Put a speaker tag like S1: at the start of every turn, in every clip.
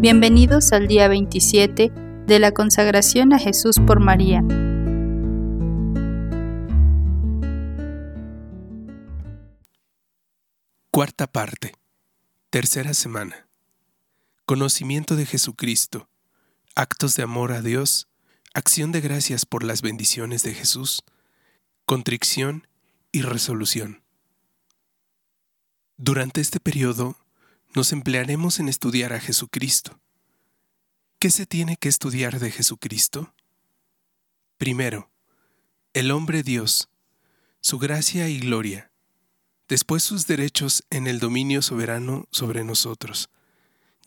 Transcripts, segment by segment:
S1: Bienvenidos al día 27 de la consagración a Jesús por María.
S2: Cuarta parte. Tercera semana. Conocimiento de Jesucristo. Actos de amor a Dios. Acción de gracias por las bendiciones de Jesús. Contrición y resolución. Durante este periodo nos emplearemos en estudiar a Jesucristo. ¿Qué se tiene que estudiar de Jesucristo? Primero, el hombre Dios, su gracia y gloria, después sus derechos en el dominio soberano sobre nosotros,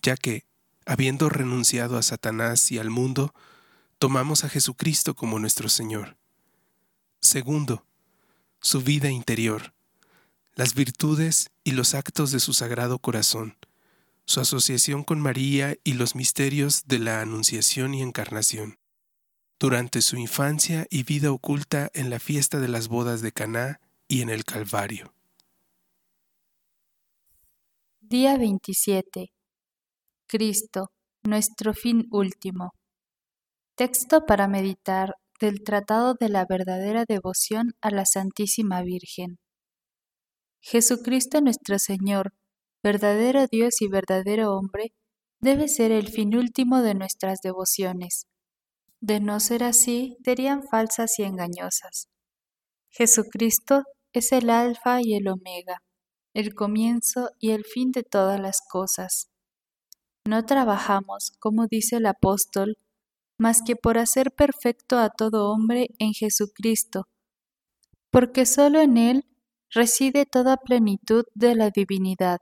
S2: ya que, habiendo renunciado a Satanás y al mundo, tomamos a Jesucristo como nuestro Señor. Segundo, su vida interior, las virtudes y los actos de su sagrado corazón, su asociación con María y los misterios de la Anunciación y Encarnación. Durante su infancia y vida oculta en la fiesta de las bodas de Caná y en el Calvario.
S1: Día 27. Cristo, nuestro fin último. Texto para meditar del Tratado de la verdadera devoción a la Santísima Virgen. Jesucristo nuestro Señor, verdadero Dios y verdadero hombre, debe ser el fin último de nuestras devociones. De no ser así, serían falsas y engañosas. Jesucristo es el alfa y el omega, el comienzo y el fin de todas las cosas. No trabajamos, como dice el apóstol, más que por hacer perfecto a todo hombre en Jesucristo, porque sólo en Él reside toda plenitud de la divinidad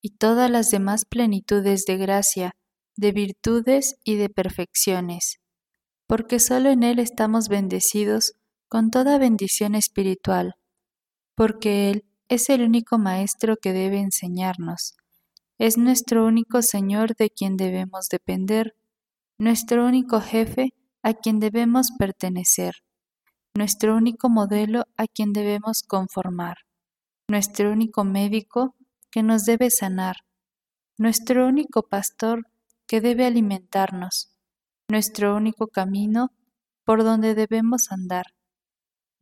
S1: y todas las demás plenitudes de gracia, de virtudes y de perfecciones, porque sólo en Él estamos bendecidos con toda bendición espiritual, porque Él es el único Maestro que debe enseñarnos, es nuestro único Señor de quien debemos depender, nuestro único jefe a quien debemos pertenecer, nuestro único modelo a quien debemos conformar, nuestro único médico que nos debe sanar, nuestro único pastor que debe alimentarnos, nuestro único camino por donde debemos andar,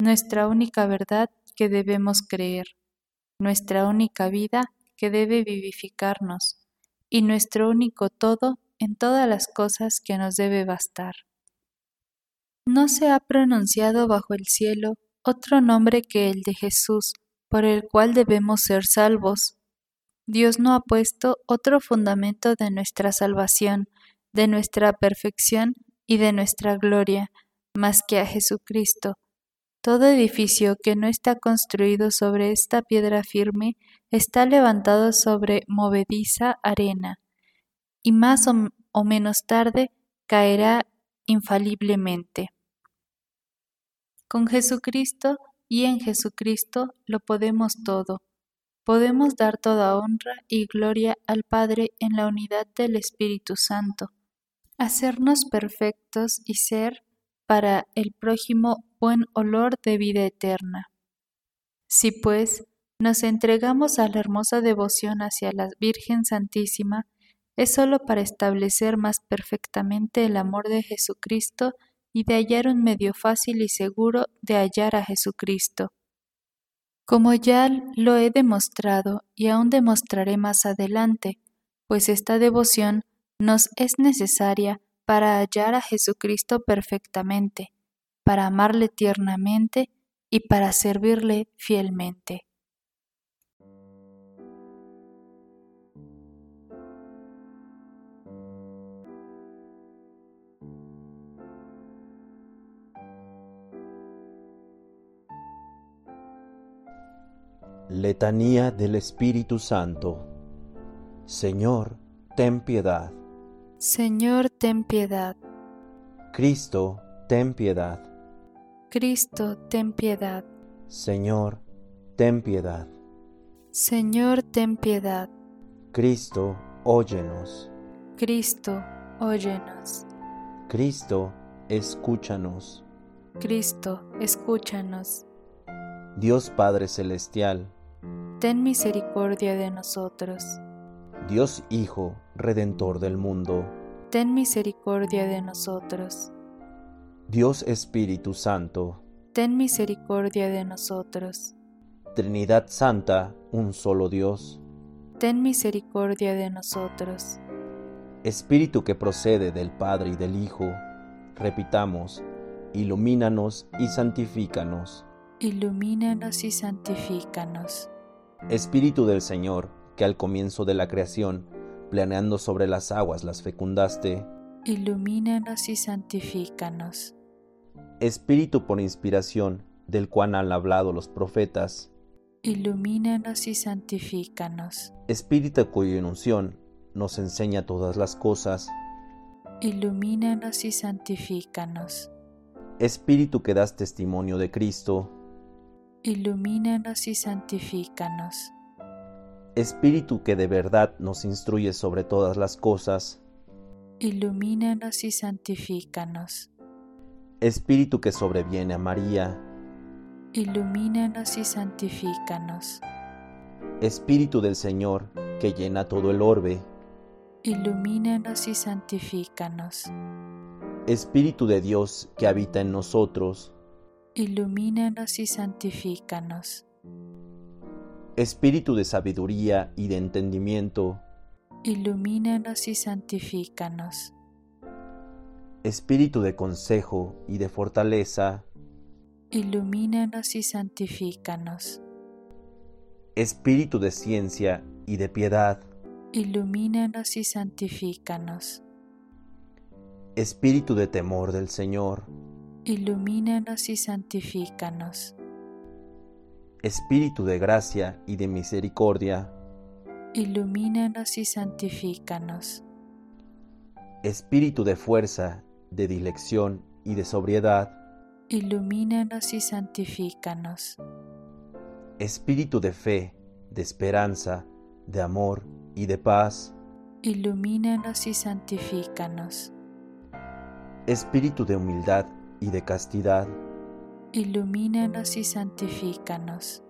S1: nuestra única verdad que debemos creer, nuestra única vida que debe vivificarnos y nuestro único todo en todas las cosas que nos debe bastar. No se ha pronunciado bajo el cielo otro nombre que el de Jesús, por el cual debemos ser salvos. Dios no ha puesto otro fundamento de nuestra salvación, de nuestra perfección y de nuestra gloria, más que a Jesucristo. Todo edificio que no está construido sobre esta piedra firme está levantado sobre movediza arena y más o, o, menos tarde caerá infaliblemente. Con Jesucristo y en Jesucristo lo podemos todo. Podemos dar toda honra y gloria al Padre en la unidad del Espíritu Santo, hacernos perfectos y ser para el prójimo buen olor de vida eterna. Si pues nos entregamos a la hermosa devoción hacia la Virgen Santísima, es sólo para establecer más perfectamente el amor de Jesucristo y de hallar un medio fácil y seguro de hallar a Jesucristo. Como ya lo he demostrado y aún demostraré más adelante, pues esta devoción nos es necesaria para hallar a Jesucristo perfectamente, para amarle tiernamente y para servirle fielmente.
S3: Letanía del Espíritu Santo. Señor, ten piedad.
S1: Señor, ten piedad.
S3: Cristo, ten piedad.
S1: Cristo, ten piedad.
S3: Señor, ten piedad.
S1: Señor, ten piedad.
S3: Cristo, óyenos.
S1: Cristo, óyenos.
S3: Cristo, escúchanos.
S1: Cristo, escúchanos.
S3: Dios Padre Celestial,
S1: ten misericordia de nosotros.
S3: Dios Hijo, Redentor del mundo,
S4: ten misericordia de nosotros,
S3: Dios Espíritu Santo,
S4: ten misericordia de nosotros,
S3: Trinidad Santa, un solo Dios,
S4: ten misericordia de nosotros,
S3: Espíritu que procede del Padre y del Hijo, repitamos, ilumínanos y santifícanos.
S4: ilumínanos y santifícanos.
S3: Espíritu del Señor, que al comienzo de la creación, planeando sobre las aguas las fecundaste,
S4: Ilumínanos y santifícanos.
S3: Espíritu por inspiración, del cual han hablado los profetas,
S4: Ilumínanos y santifícanos.
S3: Espíritu cuya inunción nos enseña todas las cosas,
S4: Ilumínanos y santifícanos.
S3: Espíritu que das testimonio de Cristo,
S4: Ilumínanos y santifícanos.
S3: Espíritu que de verdad nos instruye sobre todas las cosas,
S4: Ilumínanos y santifícanos.
S3: Espíritu que sobreviene a María,
S4: Ilumínanos y santifícanos.
S3: Espíritu del Señor, que llena todo el orbe,
S4: Ilumínanos y santifícanos.
S3: Espíritu de Dios que habita en nosotros,
S4: Ilumínanos y santifícanos.
S3: Espíritu de sabiduría y de entendimiento,
S4: Ilumínanos y santifícanos.
S3: Espíritu de consejo y de fortaleza,
S4: Ilumínanos y santifícanos.
S3: Espíritu de ciencia y de piedad,
S4: Ilumínanos y santifícanos.
S3: Espíritu de temor del Señor,
S4: Ilumínanos y santifícanos.
S3: Espíritu de gracia y de misericordia,
S4: Ilumínanos y santifícanos.
S3: Espíritu de fuerza, de dilección y de sobriedad,
S4: Ilumínanos y santifícanos.
S3: Espíritu de fe, de esperanza, de amor y de paz,
S4: Ilumínanos y santifícanos.
S3: Espíritu de humildad y de castidad,
S4: Ilumínanos y santifícanos.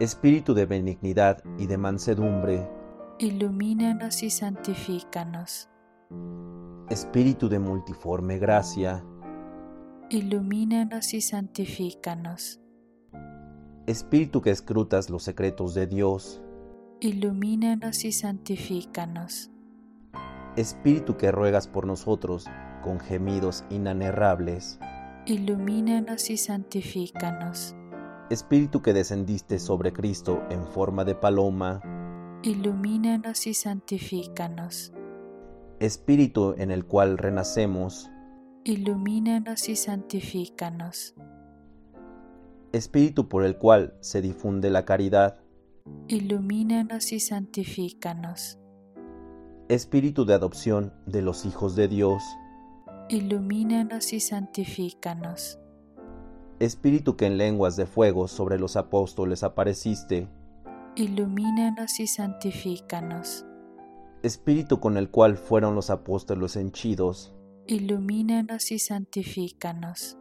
S3: Espíritu de benignidad y de mansedumbre,
S4: Ilumínanos y santifícanos.
S3: Espíritu de multiforme gracia,
S4: Ilumínanos y santifícanos.
S3: Espíritu que escrutas los secretos de Dios,
S4: Ilumínanos y santifícanos.
S3: Espíritu que ruegas por nosotros con gemidos inanerrables,
S4: Ilumínanos y santifícanos.
S3: Espíritu que descendiste sobre Cristo en forma de paloma,
S4: Ilumínanos y santifícanos.
S3: Espíritu en el cual renacemos,
S4: Ilumínanos y santifícanos.
S3: Espíritu por el cual se difunde la caridad,
S4: Ilumínanos y santifícanos.
S3: Espíritu de adopción de los hijos de Dios,
S4: Ilumínanos y santifícanos.
S3: Espíritu que en lenguas de fuego sobre los apóstoles apareciste,
S4: Ilumínanos y santifícanos.
S3: Espíritu con el cual fueron los apóstoles henchidos,
S4: Ilumínanos y santifícanos.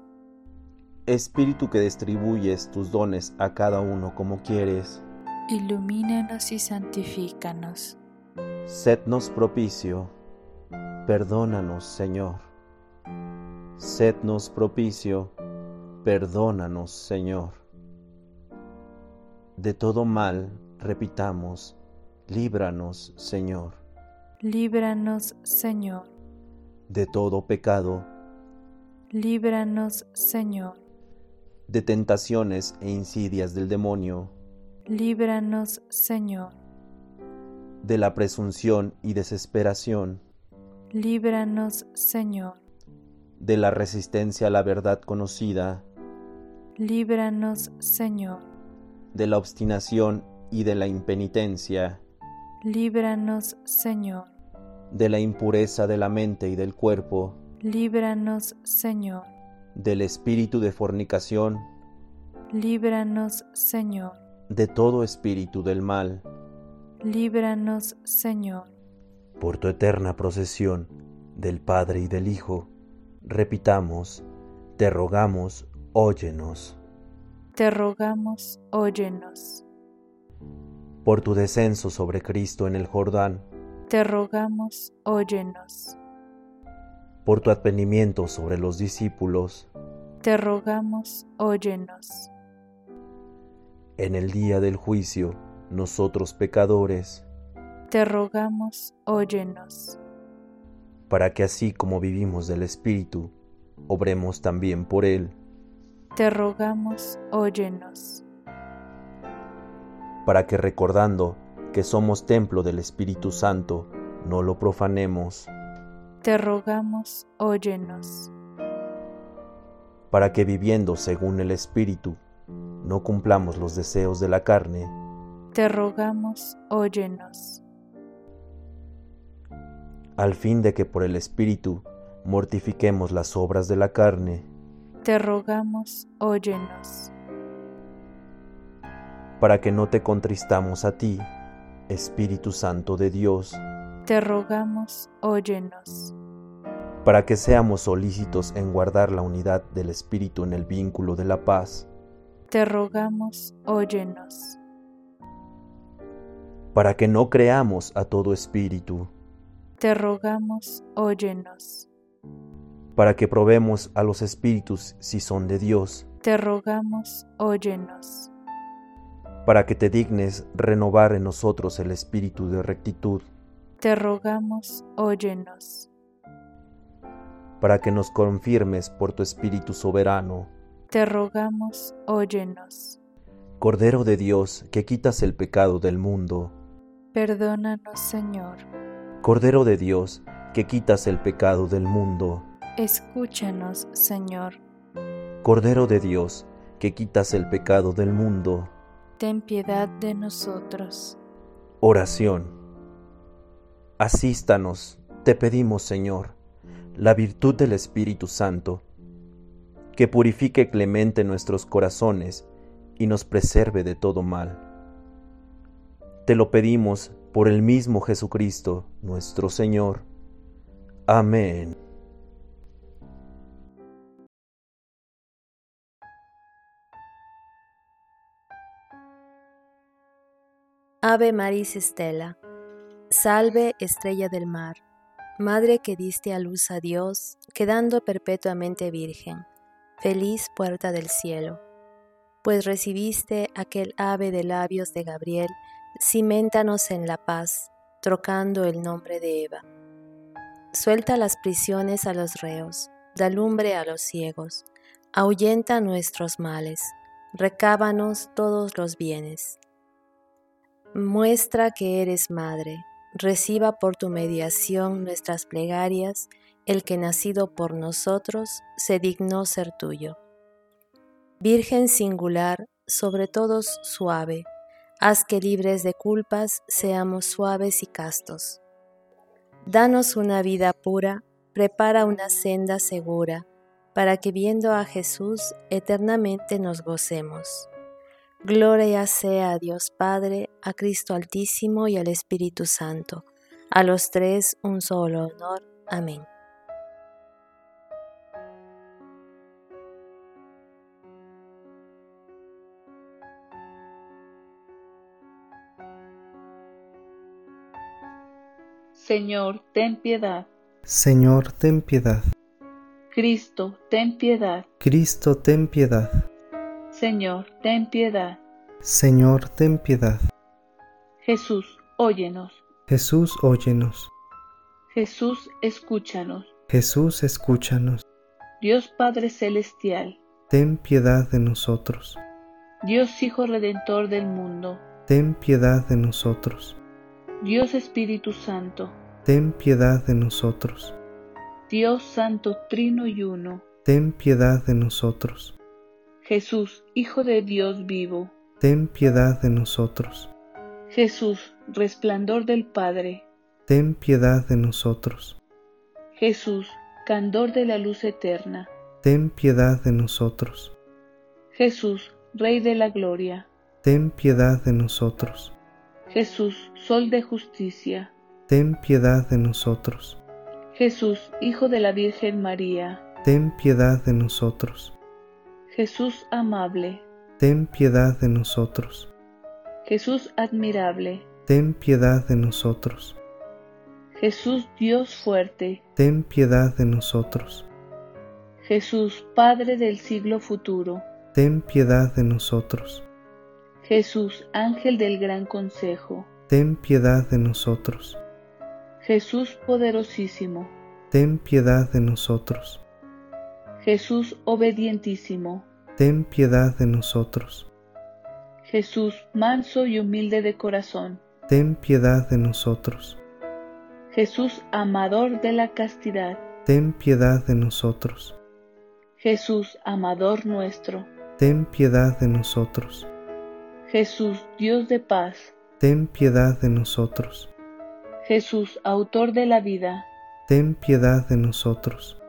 S3: Espíritu que distribuyes tus dones a cada uno como quieres,
S4: Ilumínanos y santifícanos.
S3: sednos propicio, perdónanos, Señor. Sednos propicio, perdónanos, Señor. De todo mal, repitamos, líbranos, Señor.
S4: Líbranos, Señor.
S3: De todo pecado,
S4: Líbranos, Señor.
S3: de tentaciones e insidias del demonio,
S4: Líbranos, Señor.
S3: de la presunción y desesperación,
S4: Líbranos, Señor.
S3: de la resistencia a la verdad conocida,
S4: Líbranos, Señor.
S3: de la obstinación y de la impenitencia,
S4: Líbranos, Señor.
S3: de la impureza de la mente y del cuerpo,
S4: Líbranos, Señor.
S3: del espíritu de fornicación,
S4: Líbranos, Señor.
S3: de todo espíritu del mal,
S4: Líbranos, Señor.
S3: por tu eterna procesión del Padre y del Hijo. Repitamos, te rogamos, óyenos.
S4: Te rogamos, óyenos.
S3: por tu descenso sobre Cristo en el Jordán,
S1: te rogamos, óyenos.
S3: por tu advenimiento sobre los discípulos,
S1: Te rogamos, óyenos.
S3: en el día del juicio, nosotros pecadores,
S1: Te rogamos, óyenos.
S3: para que así como vivimos del Espíritu, obremos también por Él,
S1: Te rogamos, óyenos.
S3: para que recordando que somos templo del Espíritu Santo, no lo profanemos,
S1: Te rogamos, óyenos.
S3: para que viviendo según el Espíritu, no cumplamos los deseos de la carne,
S1: Te rogamos, óyenos.
S3: al fin de que por el Espíritu mortifiquemos las obras de la carne,
S1: Te rogamos, óyenos.
S3: para que no te contristamos a ti, Espíritu Santo de Dios,
S1: Te rogamos, óyenos.
S3: para que seamos solícitos en guardar la unidad del Espíritu en el vínculo de la paz,
S1: Te rogamos, óyenos.
S3: para que no creamos a todo espíritu,
S1: Te rogamos, óyenos.
S3: para que probemos a los espíritus si son de Dios,
S1: Te rogamos, óyenos.
S3: para que te dignes renovar en nosotros el espíritu de rectitud,
S1: Te rogamos, óyenos.
S3: para que nos confirmes por tu Espíritu soberano,
S1: Te rogamos, óyenos.
S3: Cordero de Dios que quitas el pecado del mundo,
S1: Perdónanos, Señor.
S3: Cordero de Dios que quitas el pecado del mundo,
S1: Escúchanos, Señor.
S3: Cordero de Dios que quitas el pecado del mundo,
S1: Ten piedad de nosotros.
S3: Oración. Asístanos, te pedimos Señor, la virtud del Espíritu Santo, que purifique clemente nuestros corazones y nos preserve de todo mal. Te lo pedimos por el mismo Jesucristo, nuestro Señor. Amén.
S5: Ave Maris Estela, salve estrella del mar, madre que diste a luz a Dios, quedando perpetuamente virgen, feliz puerta del cielo, pues recibiste aquel ave de labios de Gabriel, cimentanos en la paz, trocando el nombre de Eva. Suelta las prisiones a los reos, da lumbre a los ciegos, ahuyenta nuestros males, recábanos todos los bienes. Muestra que eres madre, reciba por tu mediación nuestras plegarias, el que nacido por nosotros se dignó ser tuyo. Virgen singular, sobre todos suave, haz que libres de culpas seamos suaves y castos. Danos una vida pura, prepara una senda segura, para que viendo a Jesús eternamente nos gocemos. Gloria sea a Dios Padre, a Cristo Altísimo y al Espíritu Santo, a los tres un solo honor. Amén.
S6: Señor, ten piedad.
S7: Señor, ten piedad.
S6: Cristo, ten piedad.
S7: Cristo, ten piedad.
S6: Señor, ten piedad.
S7: Señor, ten piedad.
S6: Jesús, óyenos.
S7: Jesús, óyenos.
S6: Jesús, escúchanos.
S7: Jesús, escúchanos.
S6: Dios Padre Celestial,
S7: Ten piedad de nosotros.
S6: Dios Hijo Redentor del mundo,
S7: Ten piedad de nosotros.
S6: Dios Espíritu Santo,
S7: Ten piedad de nosotros.
S6: Dios Santo Trino y Uno,
S7: Ten piedad de nosotros.
S6: Jesús, Hijo de Dios vivo,
S7: Ten piedad de nosotros.
S6: Jesús, resplandor del Padre,
S7: Ten piedad de nosotros.
S6: Jesús, candor de la luz eterna,
S7: Ten piedad de nosotros.
S6: Jesús, Rey de la Gloria,
S7: Ten piedad de nosotros.
S6: Jesús, Sol de Justicia,
S7: Ten piedad de nosotros.
S6: Jesús, Hijo de la Virgen María,
S7: Ten piedad de nosotros.
S6: Jesús amable,
S7: Ten piedad de nosotros.
S6: Jesús admirable,
S7: ten piedad de nosotros,
S6: Jesús Dios fuerte,
S7: ten piedad de nosotros,
S6: Jesús Padre del siglo futuro,
S7: ten piedad de nosotros,
S6: Jesús Ángel del Gran Consejo,
S7: ten piedad de nosotros,
S6: Jesús poderosísimo,
S7: ten piedad de nosotros,
S6: Jesús obedientísimo,
S7: ten piedad de nosotros,
S6: Jesús manso y humilde de corazón,
S7: ten piedad de nosotros,
S6: Jesús amador de la castidad,
S7: ten piedad de nosotros,
S6: Jesús amador nuestro,
S7: ten piedad de nosotros,
S6: Jesús Dios de paz,
S7: ten piedad de nosotros,
S6: Jesús autor de la vida,
S7: ten piedad de nosotros,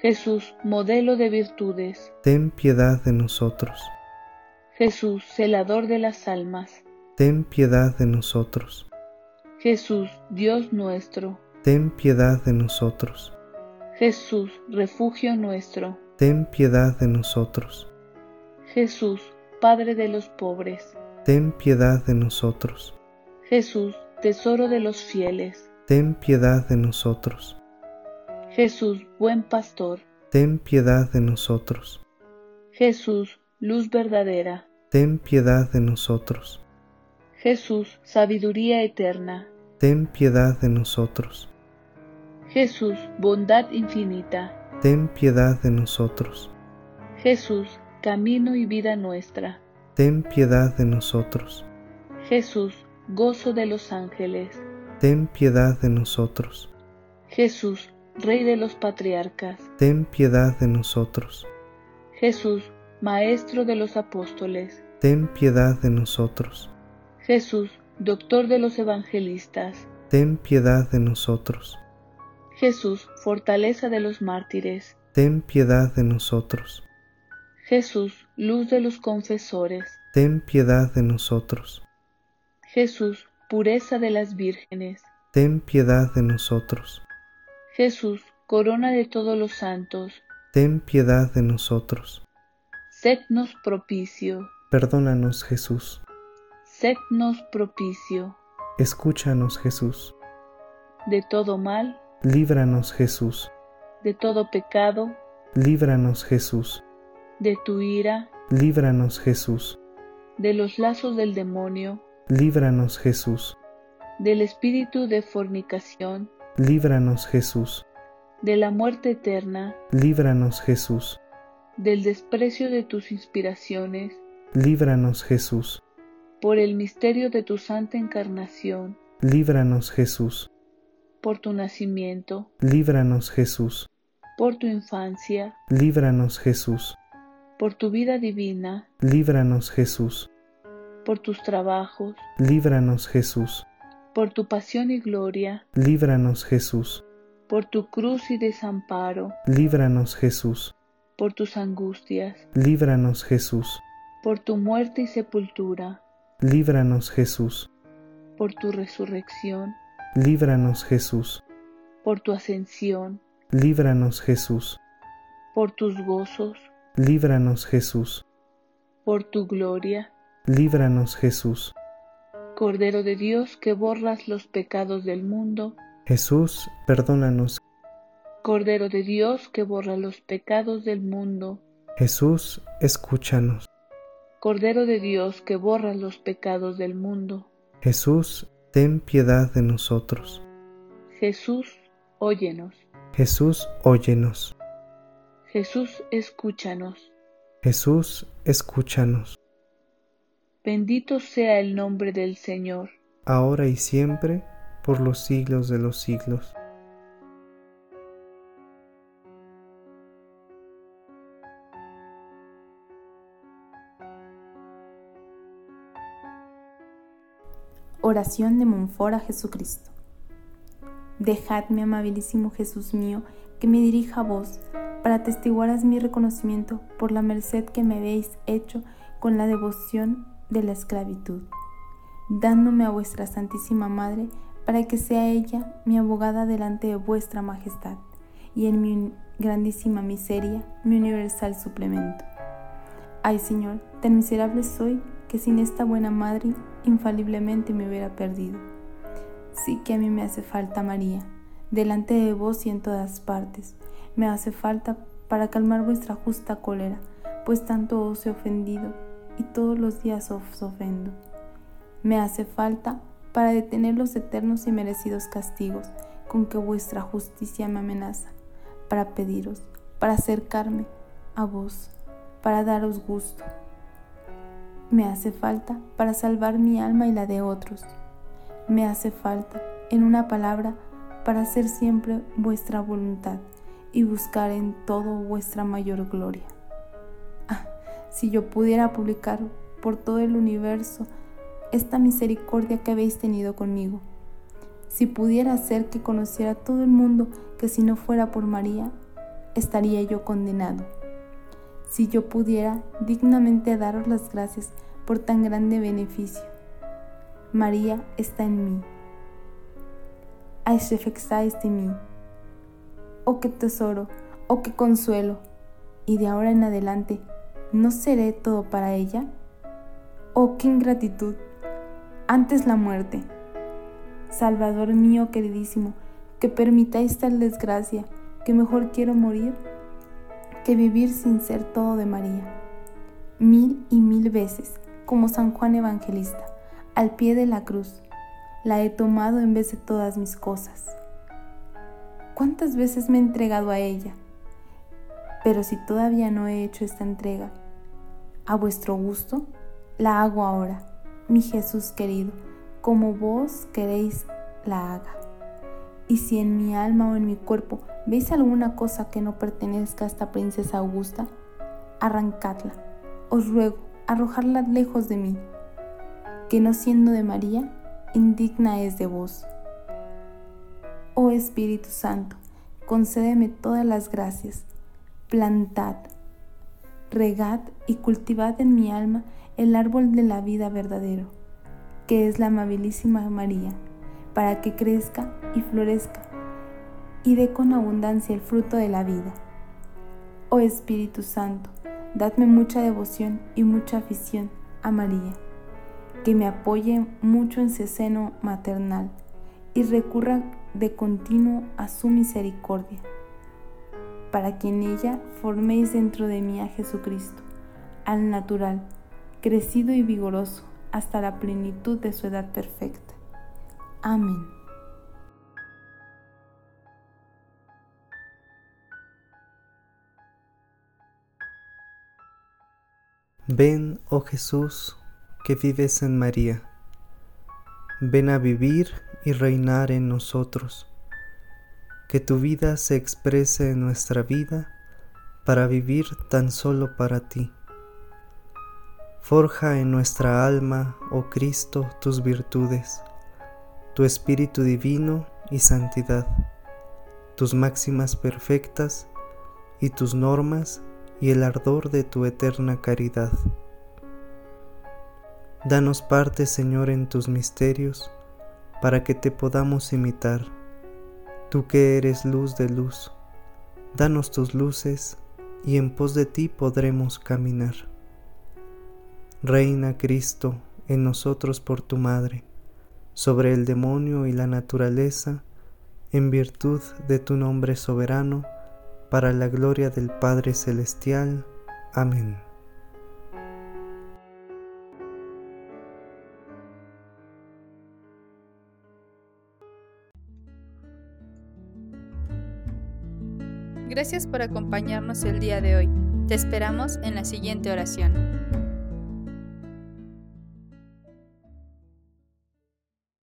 S6: Jesús modelo de virtudes,
S7: ten piedad de nosotros,
S6: Jesús celador de las almas,
S7: ten piedad de nosotros,
S6: Jesús Dios nuestro,
S7: ten piedad de nosotros,
S6: Jesús refugio nuestro,
S7: ten piedad de nosotros,
S6: Jesús Padre de los pobres,
S7: ten piedad de nosotros,
S6: Jesús tesoro de los fieles,
S7: ten piedad de nosotros,
S6: Jesús buen pastor,
S7: ten piedad de nosotros,
S6: Jesús luz verdadera,
S7: ten piedad de nosotros,
S6: Jesús sabiduría eterna,
S7: ten piedad de nosotros,
S6: Jesús bondad infinita,
S7: ten piedad de nosotros,
S6: Jesús camino y vida nuestra,
S7: ten piedad de nosotros,
S6: Jesús gozo de los ángeles,
S7: ten piedad de nosotros,
S6: Jesús Rey de los patriarcas,
S7: ten piedad de nosotros,
S6: Jesús Maestro de los apóstoles,
S7: ten piedad de nosotros,
S6: Jesús Doctor de los evangelistas,
S7: ten piedad de nosotros,
S6: Jesús Fortaleza de los mártires,
S7: ten piedad de nosotros,
S6: Jesús Luz de los confesores,
S7: ten piedad de nosotros,
S6: Jesús Pureza de las vírgenes,
S7: ten piedad de nosotros,
S6: Jesús Corona de todos los santos,
S7: ten piedad de nosotros,
S6: sednos propicio,
S7: perdónanos Jesús,
S6: sednos propicio,
S7: escúchanos Jesús,
S6: de todo mal,
S7: líbranos Jesús,
S6: de todo pecado,
S7: líbranos Jesús,
S6: de tu ira,
S7: líbranos Jesús,
S6: de los lazos del demonio,
S7: líbranos Jesús,
S6: del espíritu de fornicación,
S7: líbranos Jesús,
S6: de la muerte eterna,
S7: líbranos Jesús,
S6: del desprecio de tus inspiraciones,
S7: líbranos Jesús,
S6: por el misterio de tu santa encarnación,
S7: líbranos Jesús,
S6: por tu nacimiento,
S7: líbranos Jesús,
S6: por tu infancia,
S7: líbranos Jesús,
S6: por tu vida divina,
S7: líbranos Jesús,
S6: por tus trabajos,
S7: líbranos Jesús,
S6: por tu pasión y gloria,
S7: líbranos Jesús,
S6: por tu cruz y desamparo,
S7: líbranos Jesús,
S6: por tus angustias,
S7: líbranos Jesús,
S6: por tu muerte y sepultura,
S7: líbranos Jesús,
S6: por tu resurrección,
S7: líbranos Jesús,
S6: por tu ascensión,
S7: líbranos Jesús,
S6: por tus gozos,
S7: líbranos Jesús,
S6: por tu gloria,
S7: líbranos Jesús,
S6: Cordero de Dios que borras los pecados del mundo,
S7: Jesús, perdónanos,
S6: Cordero de Dios que borra los pecados del mundo,
S7: Jesús, escúchanos,
S6: Cordero de Dios que borras los pecados del mundo,
S7: Jesús, ten piedad de nosotros,
S6: Jesús, óyenos,
S7: Jesús, óyenos,
S6: Jesús, escúchanos.
S7: Jesús, escúchanos,
S6: Bendito sea el nombre del Señor.
S7: ahora y siempre, por los siglos de los siglos.
S8: Oración de Monfort a Jesucristo. Dejadme, amabilísimo Jesús mío, que me dirija a vos, para testiguaras mi reconocimiento por la merced que me habéis hecho con la devoción de la esclavitud, dándome a vuestra Santísima Madre, para que sea ella mi abogada delante de vuestra majestad, y en mi un- grandísima miseria, mi universal suplemento. Ay Señor, tan miserable soy que sin esta buena madre infaliblemente me hubiera perdido. Sí que a mí me hace falta María, delante de vos y en todas partes. Me hace falta para calmar vuestra justa cólera, pues tanto os he ofendido y todos los días os ofendo. Me hace falta para detener los eternos y merecidos castigos con que vuestra justicia me amenaza, para pediros, para acercarme a vos, para daros gusto. Me hace falta para salvar mi alma y la de otros. Me hace falta, en una palabra, para hacer siempre vuestra voluntad y buscar en todo vuestra mayor gloria. Ah, si yo pudiera publicar por todo el universo esta misericordia que habéis tenido conmigo, si pudiera hacer que conociera todo el mundo que si no fuera por María, estaría yo condenado. Si yo pudiera dignamente daros las gracias por tan grande beneficio. María está en mí. Aishefexáis de mí. Oh, qué tesoro, oh, qué consuelo. Y de ahora en adelante, ¿no seré todo para ella? Oh, qué ingratitud. Antes la muerte. Salvador mío queridísimo, que permitáis tal desgracia, que mejor quiero morir que vivir sin ser todo de María. Mil y mil veces, como San Juan Evangelista, al pie de la cruz, la he tomado en vez de todas mis cosas. ¿Cuántas veces me he entregado a ella? Pero si todavía no he hecho esta entrega, a vuestro gusto, la hago ahora, mi Jesús querido, como vos queréis la haga. Y si en mi alma o en mi cuerpo veis alguna cosa que no pertenezca a esta princesa augusta, arrancadla. Os ruego, arrojadla lejos de mí, que no siendo de María, indigna es de vos. Oh Espíritu Santo, concédeme todas las gracias. Plantad, regad y cultivad en mi alma el árbol de la vida verdadero, que es la amabilísima María para que crezca y florezca y dé con abundancia el fruto de la vida. Oh Espíritu Santo, dadme mucha devoción y mucha afición a María, que me apoye mucho en su seno maternal y recurra de continuo a su misericordia, para que en ella forméis dentro de mí a Jesucristo, al natural, crecido y vigoroso hasta la plenitud de su edad perfecta. Amén.
S9: Ven, oh Jesús, que vives en María. Ven a vivir y reinar en nosotros. Que tu vida se exprese en nuestra vida para vivir tan solo para ti. Forja en nuestra alma, oh Cristo, tus virtudes tu Espíritu Divino y santidad, tus máximas perfectas y tus normas y el ardor de tu eterna caridad. Danos parte, Señor, en tus misterios, para que te podamos imitar. Tú que eres luz de luz, danos tus luces y en pos de ti podremos caminar. Reina Cristo en nosotros por tu Madre sobre el demonio y la naturaleza, en virtud de tu nombre soberano, para la gloria del Padre Celestial. Amén.
S1: Gracias por acompañarnos el día de hoy. Te esperamos en la siguiente oración.